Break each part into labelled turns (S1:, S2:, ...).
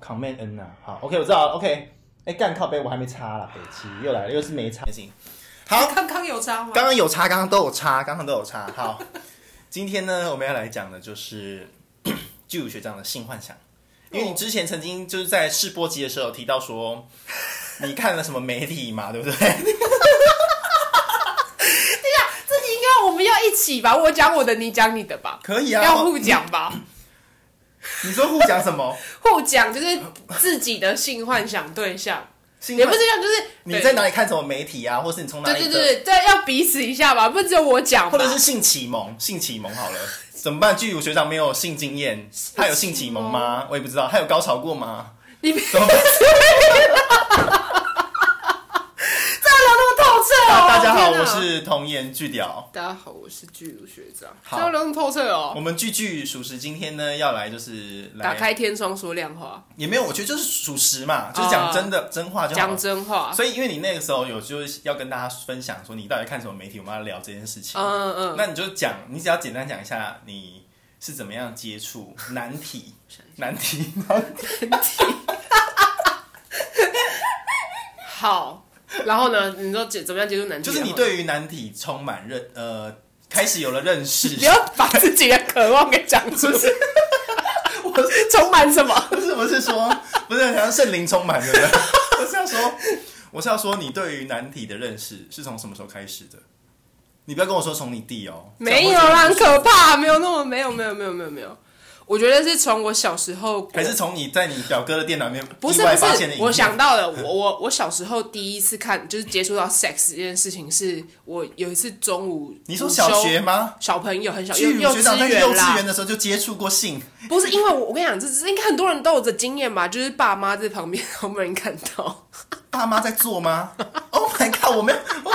S1: Command N 啊，好，OK，我知道了，OK，哎，干靠背我还没插啦，北七又来了，又是没插，行，好，
S2: 康康有差吗？
S1: 刚刚有差，刚刚都有差，刚刚都有差。好，今天呢，我们要来讲的就是 巨乳学长的性幻想，因为你之前曾经就是在试播集的时候有提到说，你看了什么媒体嘛，对不对？
S2: 这应该我们要一起吧，我讲我的，你讲你的吧，
S1: 可以啊，
S2: 要互讲吧，
S1: 你说互讲什么？
S2: 互讲就是自己的性幻想对象，
S1: 性
S2: 也
S1: 幻
S2: 不是这样，就是
S1: 你
S2: 对
S1: 在哪里看什么媒体啊，或是你从哪
S2: 对
S1: 里
S2: 对
S1: 得
S2: 对对，对要彼此一下吧，不是只有我讲
S1: 或
S2: 吧
S1: 者是性启蒙，性启蒙好了，怎么办？巨乳学长没有性经验，他有性启蒙吗？我也不知道，他有高潮过 吗？
S2: 你
S1: 怎么办？
S2: 这样聊那么透彻哦！
S1: 大家好，
S2: 天哪
S1: 我是童颜巨屌。
S2: 大家好，我是巨乳学长，
S1: 好
S2: 这样聊那么透彻哦
S1: 我。们句句属实，今天呢要来就是来
S2: 打开天窗说亮话，
S1: 也没有，我觉得就是属实嘛，就是讲真的、真话就好
S2: 啊讲
S1: 了。
S2: 真话。
S1: 所以，因为你那个时候有就是要跟大家分享说你到底看什么媒体，我们要聊这件事情。
S2: 嗯嗯嗯，
S1: 那你就讲，你只要简单讲一下你是怎么样接 触难题，难题，
S2: 嗯好。然后呢？你说怎怎么样接触男体？
S1: 就是你对于难题充满认呃，开始有了认识
S2: 你。要把自己的渴望给讲出来。 我充满什么？
S1: 不是不是说，不是好像圣灵充满对不对？ 我是要说，我是要说，你对于难题的认识是从什么时候开始的？你不要跟我说从你弟哦，
S2: 没有啦，很可怕，没有那么没有没有没有没有没有。我觉得是从我小时候，
S1: 还是从你在你表哥的电脑里面
S2: 不
S1: 意
S2: 是
S1: 外
S2: 不
S1: 发现的
S2: 是
S1: 影，片
S2: 我想到了，我我我小时候第一次看就是接触到 sex 这件事情是，我有一次中午
S1: 你说
S2: 午休
S1: 小学吗？
S2: 小朋友很小幼
S1: 巨乳学长
S2: 稚
S1: 在幼
S2: 园
S1: 稚
S2: 啦
S1: 园，的时候就接触过性，
S2: 不是因为我我跟你讲，这这应该很多人都有这经验吧，就是爸妈在旁边，我没人看到，
S1: 爸妈在做吗 ？Oh my god！我没有，我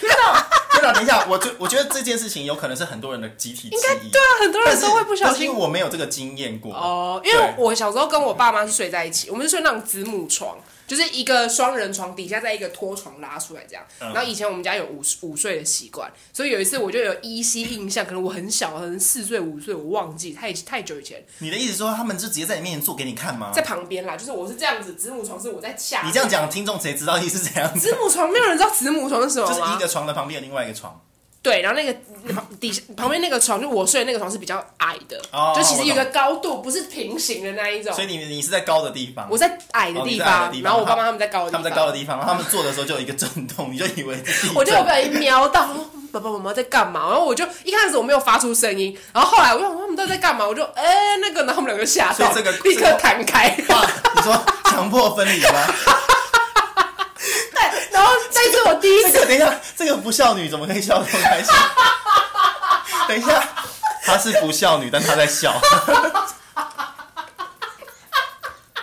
S1: 天哪！天哪！等一下，我就我觉得这件事情有可能是很多人的集体记忆，
S2: 对啊，很多
S1: 但
S2: 人
S1: 是
S2: 都会不小
S1: 但是
S2: 心
S1: 因为我没有这个经验过
S2: 哦，因为我小时候跟我爸妈是睡在一起，我们是睡那种子母床，就是一个双人床底下再一个拖床拉出来这样。
S1: 嗯
S2: 然后以前我们家有午午睡的习惯，所以有一次我就有依稀印象，可能我很小，可能四岁五岁，我忘记太太久以前，
S1: 你的意思说他们就直接在你面前做给你看吗？
S2: 在旁边啦，就是我是这样子，子母床是我在下。
S1: 嗯你这样，讲，听众谁知道你是怎样子？
S2: 子母床没有人知道子母床是什么
S1: 就
S2: 吗？
S1: 是一个床的旁边有另外一个床，
S2: 对，然后那个旁底下旁边那个床，就我睡的那个床是比较矮的，
S1: 哦
S2: 就其实有一个高度，不是平行的那一种
S1: 所。以你你是在高的地方
S2: 我，在矮的
S1: 哦你
S2: 地
S1: 在矮的
S2: 方，
S1: 地方
S2: 然后我爸妈他们在高的地
S1: 他
S2: 方，
S1: 们在高的地方，然后他们做的时候就有一个震动，你就以为自己
S2: 我就有
S1: 震
S2: 不小心瞄到，我说爸爸妈妈在干嘛？然后我就一开始我没有发出声音，然后后来我就想他们都在干嘛？我就哎、那个，然后他们两个吓到，
S1: 所以这个
S2: 立刻弹开，对，
S1: 哇，你说强迫分离吗？
S2: 然后这是我第一
S1: 这
S2: 次，
S1: 个等一下，这个不孝女怎么可以笑得这么开心？ 等一下，她是不孝女，但她在笑。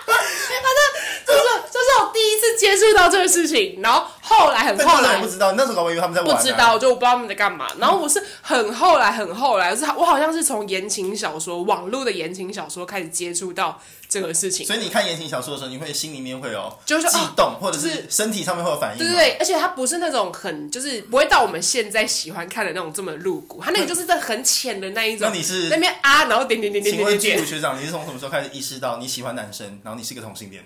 S2: 这是这是我第一次接触到这个事情，然后后来很
S1: 但
S2: 后
S1: 后来
S2: 来
S1: 我不知道，那时候我以为他们在玩、
S2: 不
S1: 啊。
S2: 知道，我就我不知道他们在干嘛。然后我是很后来很后来，就是我好像是从言情小说、网络的言情小说开始接触到这个事情。
S1: 所以你看言情小说的时候，你会心里面会有
S2: 就是
S1: 悸
S2: 说哦
S1: 动，或者
S2: 就是
S1: 身体上面会有反应。
S2: 对对对，而且它不是那种很，就是不会到我们现在喜欢看的那种这么露骨，它那个就是在很浅的那一种。
S1: 那你是
S2: 那边啊，然后点点点
S1: 请
S2: 点点
S1: 问
S2: 点
S1: 巨乳
S2: 点，
S1: 学长，你是从什么时候开始意识到你喜欢男生，然后你是个同性恋？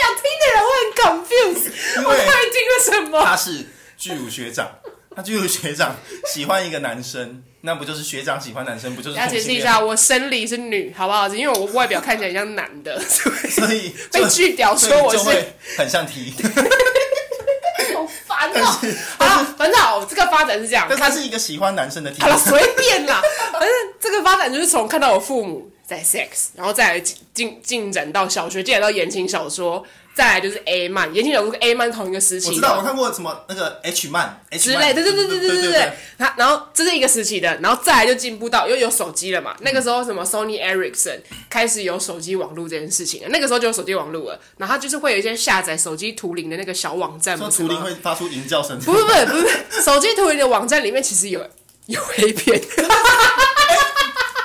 S2: 讲听的人会很 confused，
S1: 因为
S2: 我到底听了什么？
S1: 他是巨乳学 长，他巨乳学长喜欢一个男生，那不就是学长喜欢男生，不就是
S2: 大家
S1: 同
S2: 解释
S1: 性
S2: 一
S1: 恋？
S2: 下，我生理是女，好不好？因为我外表看起来像男的，所以
S1: 所以
S2: 被
S1: 就
S2: 拒掉，
S1: 所以
S2: 说我
S1: 就是会很像 T，
S2: 好 烦哦、啊，反正好，这个发展是这样，
S1: 但
S2: 看
S1: 他是一个喜欢男生的 T
S2: 好。了，随便啦。 反正这个发展就是从看到我父母在 sex，然后再来进进进展到小学，进展到言情小说，再来就是 A 漫，言情小说跟 A 漫同一个时期
S1: 我
S2: 的，
S1: 知道，我看过什么那个 H 漫
S2: 之类，对对对对对对对对
S1: 对。。
S2: 他然后这是一个时期的，然后再来就进步到又有手机了嘛。那个时候什么 Sony Ericsson 开始有手机网络这件事情了，那个时候就有手机网络了。然后它就是会有一些下载手机图灵的那个小网站，
S1: 说
S2: 不是
S1: 图
S2: 吗
S1: 灵会发出吟叫声，
S2: 不不不不，手机图灵的网站里面其实有有 A 片，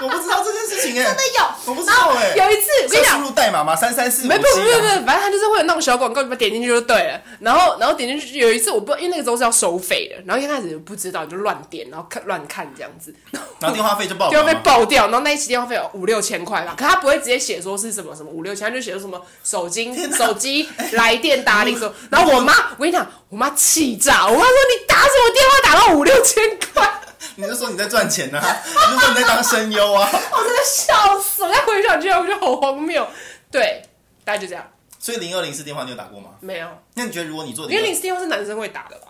S1: 我不知道这件事情哎、
S3: 真的有。
S1: 我不知道哎、
S2: 有一次，我跟
S1: 是
S2: 你
S1: 要
S2: 讲
S1: 输，入代码吗？三三四五
S2: 没不不不
S1: 七啊
S2: 不
S1: 吗，，
S2: 反正他就是会有那种小广告，你把它点进去就对了。然后然后点进去，有一次我不知道，因为那个时候是要收费的，然后一开始不知道你就乱点，然后看乱看这样子，
S1: 然后电话费就报
S2: 就
S1: 表
S2: 会被
S1: 吗？
S2: 爆掉。然后那一期电话费有五六千块吧，可他不会直接写说是什么什么五六千，他就写说什么手机手机来电打铃什么。然后我妈，我跟你讲，我妈气炸，我妈说你打什么电话打到五六千块，
S1: 你就说你在赚钱呐、啊，你就说你在当声优啊，
S2: 我真的笑死了。我再回想起来，我觉得好荒谬。对，大概就这样，
S1: 所以零二零四电话你有打过吗？
S2: 没有，
S1: 那你觉得如果你做
S2: 因
S1: 零
S2: 为
S1: 二
S2: 你电话是男生会打的吧？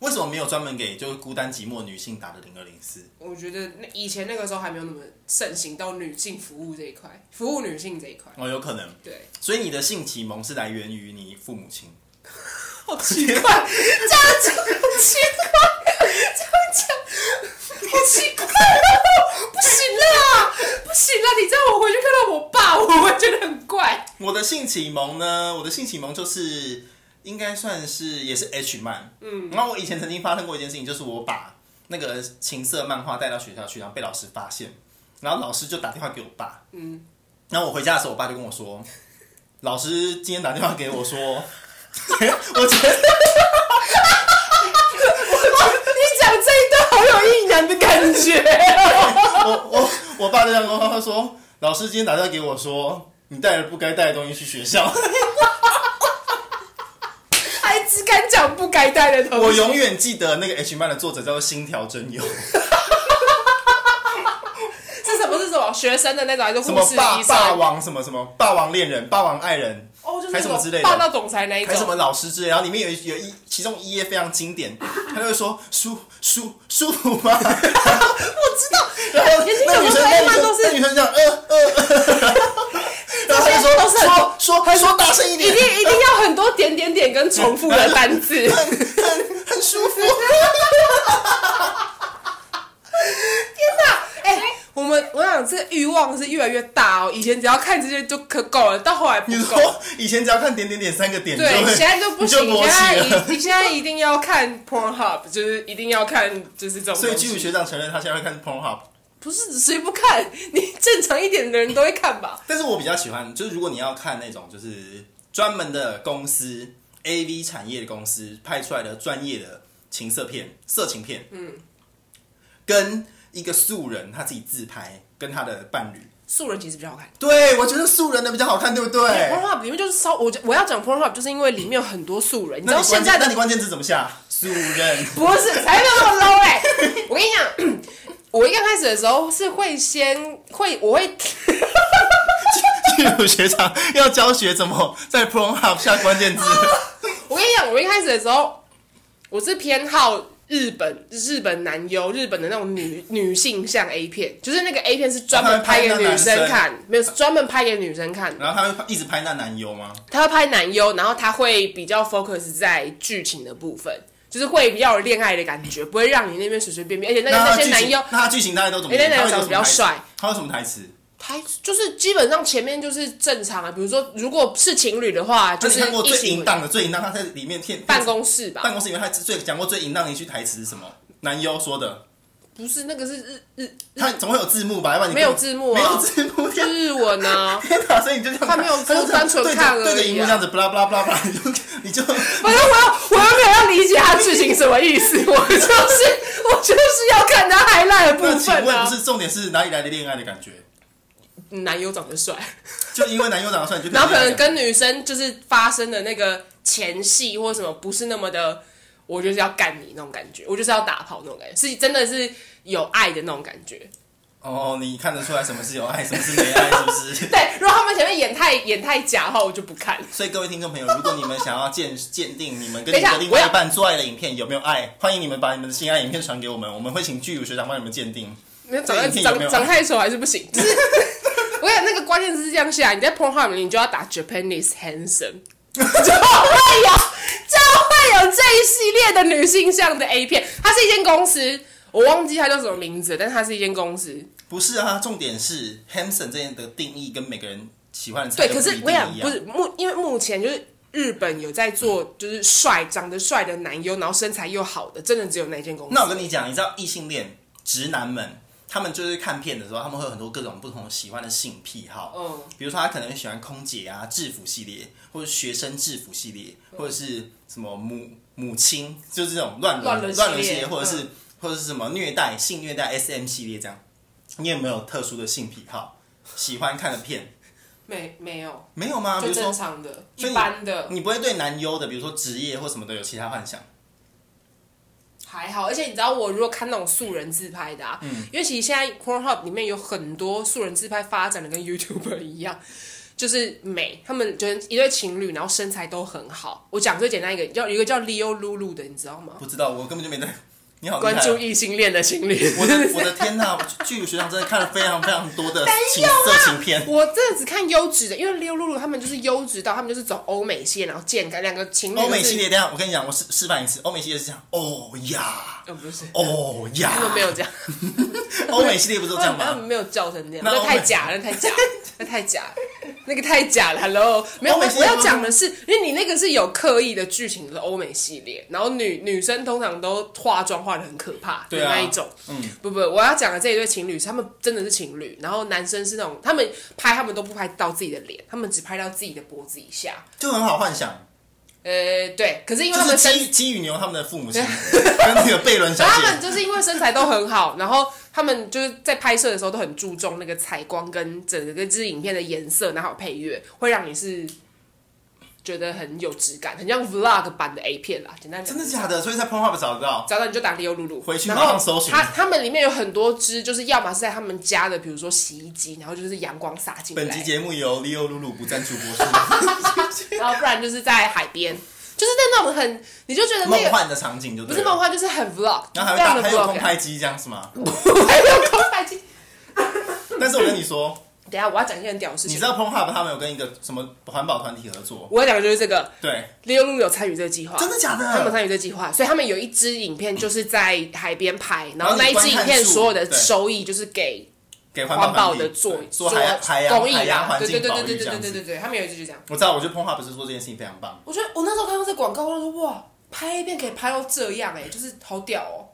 S1: 为什么没有专门给就是孤单寂寞女性打的零二零四？
S2: 我觉得那以前那个时候还没有那么盛行到女性服务这一块，服务女性这一块，
S1: 哦，有可能。
S2: 对，
S1: 所以你的性启蒙是来源于你父母亲。
S2: 好奇怪，这样讲很奇怪，这样讲好奇怪哦，不行啦，不行啦！你知道我回去看到我爸，我会觉得很怪。
S1: 我的性启蒙呢？我的性启蒙就是应该算是也是 H 漫。嗯，然后我以前曾经发生过一件事情，就是我把那个情色漫画带到学校去，然后被老师发现，然后老师就打电话给我爸。嗯，然后我回家的时候，我爸就跟我说，老师今天打电话给我说，我觉得
S2: 你讲这一段好有意男的感觉哦，
S1: 我我我爸就这样跟我说，他说老师今天打电话给我说，你带了不该带的东西去学校。
S2: 还只敢讲不该带的东
S1: 我
S2: 西。
S1: 永远记得那个 H 漫的作者叫做心条真由，
S2: 是什么？是什么？学生的那啊种还是
S1: 什
S2: 护
S1: 么
S2: 士
S1: 霸
S2: 医
S1: 霸
S2: 生？
S1: 王什么什么霸王恋人、霸王爱人，
S2: 哦，就是
S1: 还
S2: 那
S1: 什么之类的
S2: 种霸道总裁那一
S1: 还
S2: 种
S1: 什。么老师之类，然后里面有一有一其中一页非常经 典，他就会说舒舒舒服吗？我知道，然后
S2: 其实
S1: 那
S2: 有
S1: 女
S2: 时
S1: 生
S2: 候
S1: 那女
S2: 慢慢都
S1: 生
S2: 是
S1: 那女生这样呃呃，呃 然后他就
S2: 都是很
S1: 说说说说大声一
S2: 一
S1: 点，
S2: 定一定要很多点点点跟重复的单字，
S1: 很舒 服。
S2: 哎、我们我想这欲望是越来越大哦。以前只要看这些就可够了，到后来不
S1: 你
S2: 够。
S1: 说以前只要看点点点三个点，你
S2: 对，
S1: 就会
S2: 现在就不行，
S1: 你就勃
S2: 现在
S1: 起了。
S2: 一现在一定要看 Pornhub，就是一定要看，就是这种东 西。
S1: 所以基础学长承认他现在会看 Pornhub，
S2: 不是谁不看，你正常一点的人都会看吧？
S1: 但是我比较喜欢，就是如果你要看那种就是专门的公司 A V 产业的公司拍出来的专业的情色片、色情片，嗯，跟一个素人他自己自拍跟他的伴侣，
S2: 素人其实比较好看。
S1: 对我觉得素人的比较好看，对不对？
S2: Pornhub 里面就是超，我就我要讲 Pornhub 就是因为里面有很多素人，你
S1: 那
S2: 知道
S1: 你
S2: 现
S1: 关
S2: 在
S1: 键
S2: 的
S1: 那你关键字怎么下？素人
S2: 不是，才没有那么 low 哎、 我跟你讲， 我一刚开始的时候是会先会，我会
S1: 基础学长要教学怎么在 Pornhub 下关键
S2: 啊
S1: 字，
S2: 我跟你讲，我一开始的时候，我是偏好日本日本男优，日本的那种女女性向 A 片，就是那个 A 片是专门拍给女
S1: 哦
S2: 生看，没有是专门拍给女生看的。
S1: 然后他会一直拍那男优吗？
S2: 他会拍男优，然后他会比较 focus 在剧情的部分，就是会比较有恋爱的感觉，不会让你那边随随便便。而且那个
S1: 那
S2: 那
S1: 他
S2: 些
S1: 剧
S2: 男
S1: 情
S2: 优，，
S1: 那他剧情大概都怎么
S2: 哎那
S1: 演？
S2: 男
S1: 他会有什
S2: 优长得
S1: 么
S2: 比较
S1: 台词
S2: 帅，
S1: 他有什么台词？
S2: 他就是基本上前面就是正常啊，比如说如果是情侣的话，
S1: 那
S2: 就
S1: 啊你
S2: 是
S1: 看过
S2: 一
S1: 最
S2: 起
S1: 淫荡的，最淫荡，他在里面骗
S2: 办公室吧，
S1: 办公室里面，他最讲过最淫荡的一句台词是什么？男优说的，
S2: 不是那个是日日
S1: 他总会有字幕吧？要不然你
S2: 嗯没有字幕啊
S1: 没有字幕，
S2: 就
S1: 天
S2: 是日文啊。
S1: 天哪！所以你就这样，
S2: 他没有
S1: 他就这样
S2: 单纯看
S1: 对着对
S2: 而
S1: 着
S2: 已啊啊
S1: 荧幕这样子，巴拉巴拉巴拉，你就你就
S2: 反正我又我又没有要理解他剧情什么 意思，我就是我就是要看他
S1: 那
S2: highlight 的部
S1: 请
S2: 分
S1: 问
S2: 啊
S1: 不。是重点是哪里来的恋爱的感觉？
S2: 嗯男优长得帅，
S1: 就因为男优长得帅，你就
S2: 然后可
S1: 恋爱
S2: 能
S1: 的感
S2: 跟女生就是发生的那个前戏或什么不是那么的，我就是要干你那种感觉，我就是要打炮那种感觉，是真的是有爱的那种感觉。
S1: 哦，你看得出来什么是有爱，什么是没爱，是不是？
S2: 对，如果他们前面演太演太假的话，我就不看。
S1: 所以各位听众朋友，如果你们想要鉴鉴定你们跟
S2: 等
S1: 你
S2: 一下
S1: 的另
S2: 我
S1: 外
S2: 要
S1: 一半做爱的影片有没有爱，欢迎你们把你们的性爱影片传给我们，我们会请剧组学长帮你们鉴定。
S2: 没有长
S1: 这
S2: 得
S1: 影片有没
S2: 长
S1: 有
S2: 长太丑还是不行。就是我跟你讲那个关键字是这样下，你在 Pornhub 里你就要打 Japanese handsome，就会有就会有这一系列的女性向的 A 片。它是一间公司，我忘记它叫什么名字，但是它是一间公司。
S1: 不是啊，重点是 Hanson 这样的定义跟每个人喜欢的菜
S2: 对，
S1: 都
S2: 可是
S1: 一
S2: 我跟你讲
S1: 定一
S2: 不
S1: 样。
S2: 是目，因为目前就是日本有在做，就是帅长得帅的男优，然后身材又好的，真的只有那间公司。
S1: 那我跟你讲，你知道异性恋直男们他们就是看片的时候，他们会有很多各种不同喜欢的性癖好，
S2: 嗯，
S1: 比如说他可能喜欢空姐啊制服系列，或者学生制服系列，
S2: 嗯
S1: 或者是什么母母亲，就是这种乱
S2: 乱
S1: 伦
S2: 伦
S1: 乱伦
S2: 系
S1: 系
S2: 列嗯
S1: 列，或者是、或者是什么虐待性虐待 SM 系列这样。你有没有特殊的性癖好？喜欢看的片
S2: 没没有，
S1: 没有啊吗？比
S2: 就
S1: 如
S2: 正
S1: 说
S2: 常的、
S1: 所以
S2: 一般的
S1: 你不会对男优的，比如说职业或什么的有其他幻想？
S2: 还好。而且你知道，我如果看那种素人自拍的啊，
S1: 嗯
S2: 因为其实现在 Pornhub 里面有很多素人自拍发展的 跟 YouTuber 一样。就是美，他们就是一对情侣，然后身材都很好。我讲最简单一个，叫有一个叫 Leo Lulu 的，你知道吗？
S1: 不知道，我根本就没在。 你好厉害啊，
S2: 关注异性恋的情侣。
S1: 我的我的天呐！剧组学长真的看了非常非常多的情色情片，
S2: 啊我真的只看优质的，因为溜露露他们就是优质到他们就是走欧美系，然后健康两个情侣、就是。
S1: 欧美系列。等一下我跟你讲，我示示范一次，欧美系列是这样，哦呀，
S2: 呃，不是，
S1: 哦
S2: 他们没
S1: 呀，
S2: 有这样，
S1: 欧美系列不是都这
S2: 他
S1: 样
S2: 们他们
S1: 吗？
S2: 没有叫成这样，
S1: 那
S2: 那
S1: 欧美
S2: 太假了，那太假了，那太假了，那个太假了。Hello，没有，
S1: 欧
S2: 我
S1: 美系列
S2: 我要讲的是，因为你那个是有刻意的剧情的欧美系列，然后女女生通常都化妆化的很可怕的
S1: 对啊
S2: 那一种。
S1: 嗯，
S2: 不不，我要讲的这一对情侣，他们真的是情侣，然后男生是那种，他们拍他们都不拍到自己的脸，他们只拍到自己的脖子以下。
S1: 就很好幻想，
S2: 呃，对，可是因为
S1: 就
S2: 他
S1: 是
S2: 们身
S1: 基基宇牛他们的父母亲跟那个贝伦小
S2: 然后他
S1: 姐
S2: 们，就是因为身材都很好，然后他们就是在拍摄的时候都很注重那个采光跟整个支影片的颜色，然后配乐，会让你是觉得很有质感，很像 vlog 版的 A 片啦。简单讲
S1: 真的假的？所以在 Pornhub 找得到，
S2: 找到你就打 Leo 露露，
S1: 回去
S2: 然
S1: 马上
S2: 后
S1: 搜寻
S2: 他他们里面有很多只，就是要么是在他们家的，比如说洗衣机，然后就是阳光洒进来，
S1: 本集节目由 Leo 露露不赞助播出，
S2: 然后不然就是在海边，就是在那种很，你就觉得那
S1: 梦
S2: 个
S1: 幻的场景就
S2: 不
S1: 对
S2: 是梦
S1: 了。
S2: 幻，就是很 vlog，
S1: 然后还
S2: 非
S1: 有
S2: 常
S1: 打
S2: 的
S1: 还有
S2: vlog
S1: 空
S2: 感。
S1: 拍机这样是吗？
S2: 还有空拍机。
S1: 但是我跟你说，
S2: 等一下，我要讲一件很屌的事
S1: 你
S2: 情
S1: 知。道 Pornhub 他们有跟一个什么环保团体合作？
S2: 我要讲的就是这个，
S1: 对，
S2: 溜露有参与这个计划，
S1: 真的假的？
S2: 他们有参与这个计划，所以他们有一支影片就是在海边拍，然
S1: 然后
S2: 后那一支
S1: 你观
S2: 影
S1: 看
S2: 片
S1: 数
S2: 所有的
S1: 对
S2: 收益就是给
S1: 给
S2: 环保
S1: 保
S2: 的做
S1: 做海海洋
S2: 公益
S1: 海洋
S2: 啊，
S1: 环
S2: 对对
S1: 境
S2: 对
S1: 保
S2: 对
S1: 育这
S2: 对对对
S1: 样
S2: 对
S1: 子。
S2: 对对，他们有一支就这样。
S1: 我知道，我觉得 p o n h u 是做这件事情非常棒。
S2: 我觉得我那时候看到这广告，我就说哇，拍一遍可以拍到这样哎、就是好屌哦、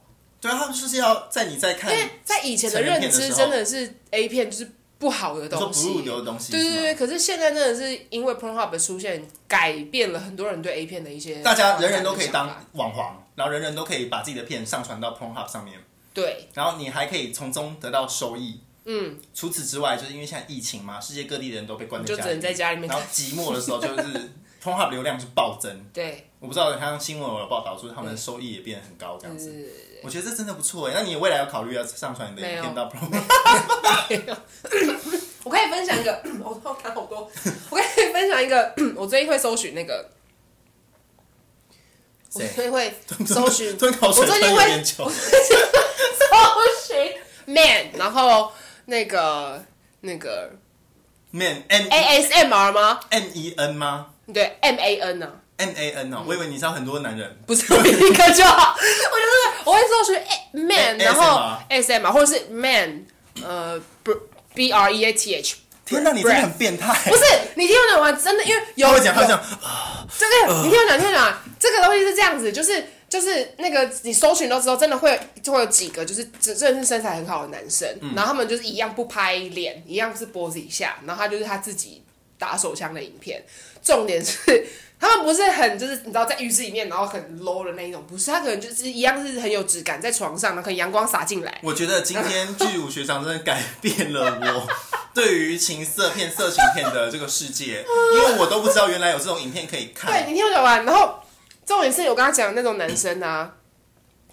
S1: 对啊，他们就是要在你在看
S2: 因为在以前的认
S1: 嗯
S2: 知，真的是 A 片就是不好的
S1: 你说
S2: 东
S1: 不
S2: 西
S1: 入。流的东西，
S2: 对对
S1: 是吗
S2: 对，可是现在真的是因为 Pornhub 的出现，改变了很多人对 A 片的一些
S1: 大家人人都可以
S2: 想法
S1: 当网黄，然后人人都可以把自己的片上传到 p o n h u 上面，
S2: 对
S1: 然后你还可以从中得到收益。嗯，除此之外，就是因为现在疫情嘛，世界各地的人都被关
S2: 你
S1: 在
S2: 就
S1: 家
S2: 只
S1: 里，
S2: 能在家里面
S1: 然后
S2: 看。
S1: 寂寞的时候，就是 p o n h u 流量是暴增。
S2: 对，
S1: 我不知道，好像新闻有报道说他们的收益也变得很高，这样子。
S2: 是
S1: 我觉得这真的不错哎。那你未来有考虑要上传你的影
S2: 没有
S1: 片 到 p o n
S2: 我可以分享一个， 我都看好多。我可以分享一个， 我最近会搜寻那个，我
S1: 谁
S2: 最近会搜 寻，
S1: 吞口水，
S2: 我最近
S1: 吞
S2: 会
S1: 有点久。
S2: 搜寻 man，然后那个那个
S1: Man M
S2: ASMR 吗？
S1: M E N 吗
S2: 对，M A N 啊，
S1: ？M A N 哦，我以为你知道很多男人。
S2: 不是我一个就好。我就是我会搜寻 A- man，
S1: A-
S2: 然后 S M R 或者是 man，呃，B B R E A T H。
S1: 天哪，你真的
S2: Brad
S1: 很变态
S2: 不。是，你听我讲完，真的，因为有
S1: 他会讲，他会讲，
S2: 这个你听我讲，听我讲，这个东西是这样子，就是就是那个你搜寻到之后，真的会就会有几个就是真真的是身材很好的男生，然后他们就是一样不拍脸，一样是脖子以下，然后他就是他自己打手枪的影片，重点是。 他们不是很就是你知道在浴室里面，然后很 low 的那一种，不是他可能就是一样是很有质感，在床上，然后可能阳光洒进来，
S1: 我觉得今天巨乳学长真的改变了我 对于情色片、色情片的这个世界，因为我都不知道原来有这种影片可以
S2: 对
S1: 看。
S2: 你听我讲完，然后重点是我跟他讲的那种男生啊，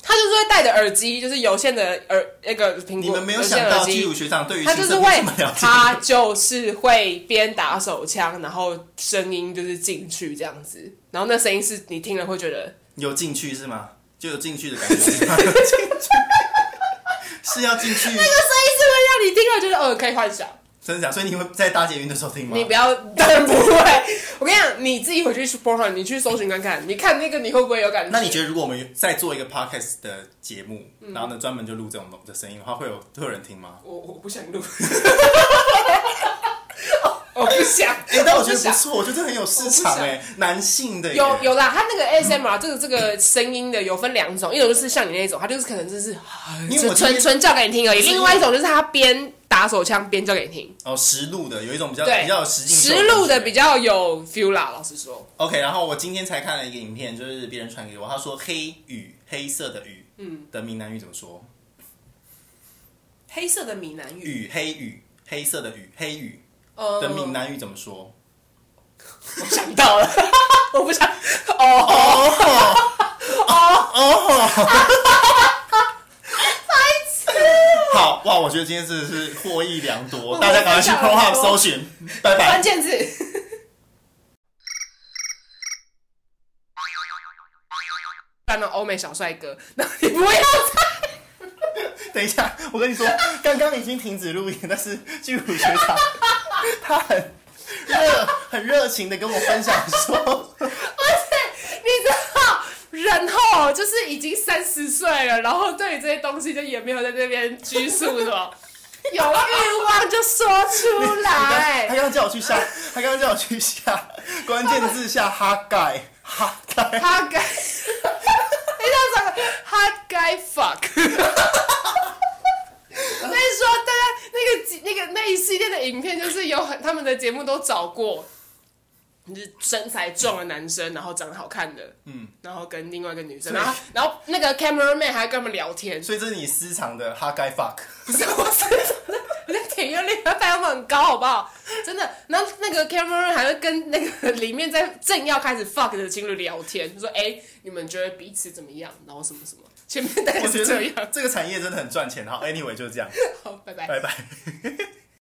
S2: 他就是会戴着耳机，就是有线的耳那个苹果，
S1: 你们没有
S2: 线
S1: 想
S2: 耳
S1: 到巨
S2: 机
S1: 乳学长对于
S2: 他
S1: 情
S2: 就是
S1: 色
S2: 会
S1: 片这么了，解。
S2: 他就是会边打手枪，然后声音就是进去这样子，然后那声音是你听了会觉得，
S1: 有进去是吗？就有进去的感觉是吗，有进去 是要进去，
S2: 那声音是会让你听了觉得，哦，可以幻想。
S1: 真的假的？所以你会在搭捷运的时候听吗
S2: 你？不要， 当然不会。我跟你讲，你自己回去去 p o r 你去搜寻看看，你看那个你会不会有感觉？
S1: 那你觉得，如果我们再做一个 podcast 的节目，
S2: 嗯
S1: 然后呢，专门就录这种 的声音的话，会有会有人听吗？
S2: 我我不想录。我哦不想，
S1: 哎、但我觉得不
S2: 不想
S1: 错，我觉得这很有市场
S2: 我不想
S1: 哎、男性的耶
S2: 有有啦，他那个 ASMR 这个这个声音的有分两种，一种就是像你那种，他就是可能就是
S1: 因为我
S2: 纯
S1: 今
S2: 纯
S1: 天
S2: 纯叫给你听而已；，
S1: 是因为
S2: 另外一种就是他边打手枪边叫给你听。
S1: 哦实录的有一种比较
S2: 对
S1: 比较有实劲秀
S2: 实录的
S1: 感觉
S2: 比较有 feel 啦，老实说，
S1: OK，然后我今天才看了一个影片，就是别人传给我，他说黑雨黑色的雨，嗯，的闽南语怎么说？
S2: 黑色的闽南语，
S1: 雨黑雨黑色的雨黑雨
S2: 呃
S1: 的闽南语怎么说？
S2: 我想到了， 我不想，哦，
S1: 好哇，我觉得今天真的是获益良多，
S2: 我
S1: 大家赶快去
S2: 我想了
S1: Pornhub 搜寻，拜拜
S2: 关。键字， 看到欧美小帅哥，那你不要
S1: 等一下，我跟你说，刚刚已经停止录音，但是巨乳学长 他很热很热情的跟我分享说，
S2: 你知道，人后就是已经三十岁了，然后对于这些东西就也没有在这边拘束的， 有欲望就说出
S1: 他刚
S2: 来。
S1: 刚叫我去下，他刚刚叫我去下关键字下哈盖哈盖。
S2: 他该，你想什么？他该 fuck。我跟你说，大家那个集那个那一系列的影片，就是有很他们的节目都找过，就是身材壮的男生，然后长得好看的，嗯，然后跟另外一个女生，
S1: 所以
S2: 然后然后那个 cameraman 还跟他们聊天，
S1: 所以这是你私藏的哈盖 fuck，
S2: 不是， 我是我的点阅率和排行榜很高，好不好？真的，然后那个 Cameron 还会跟那个里面在正要开始 fuck 的情侣聊天，就说：“哎、你们觉得彼此怎么样？然后什么什么？”前面大概
S1: 我觉
S2: 是这样
S1: 得。这个产业真的很赚钱。好，anyway 就是这样，
S2: 好，拜拜。
S1: 拜拜。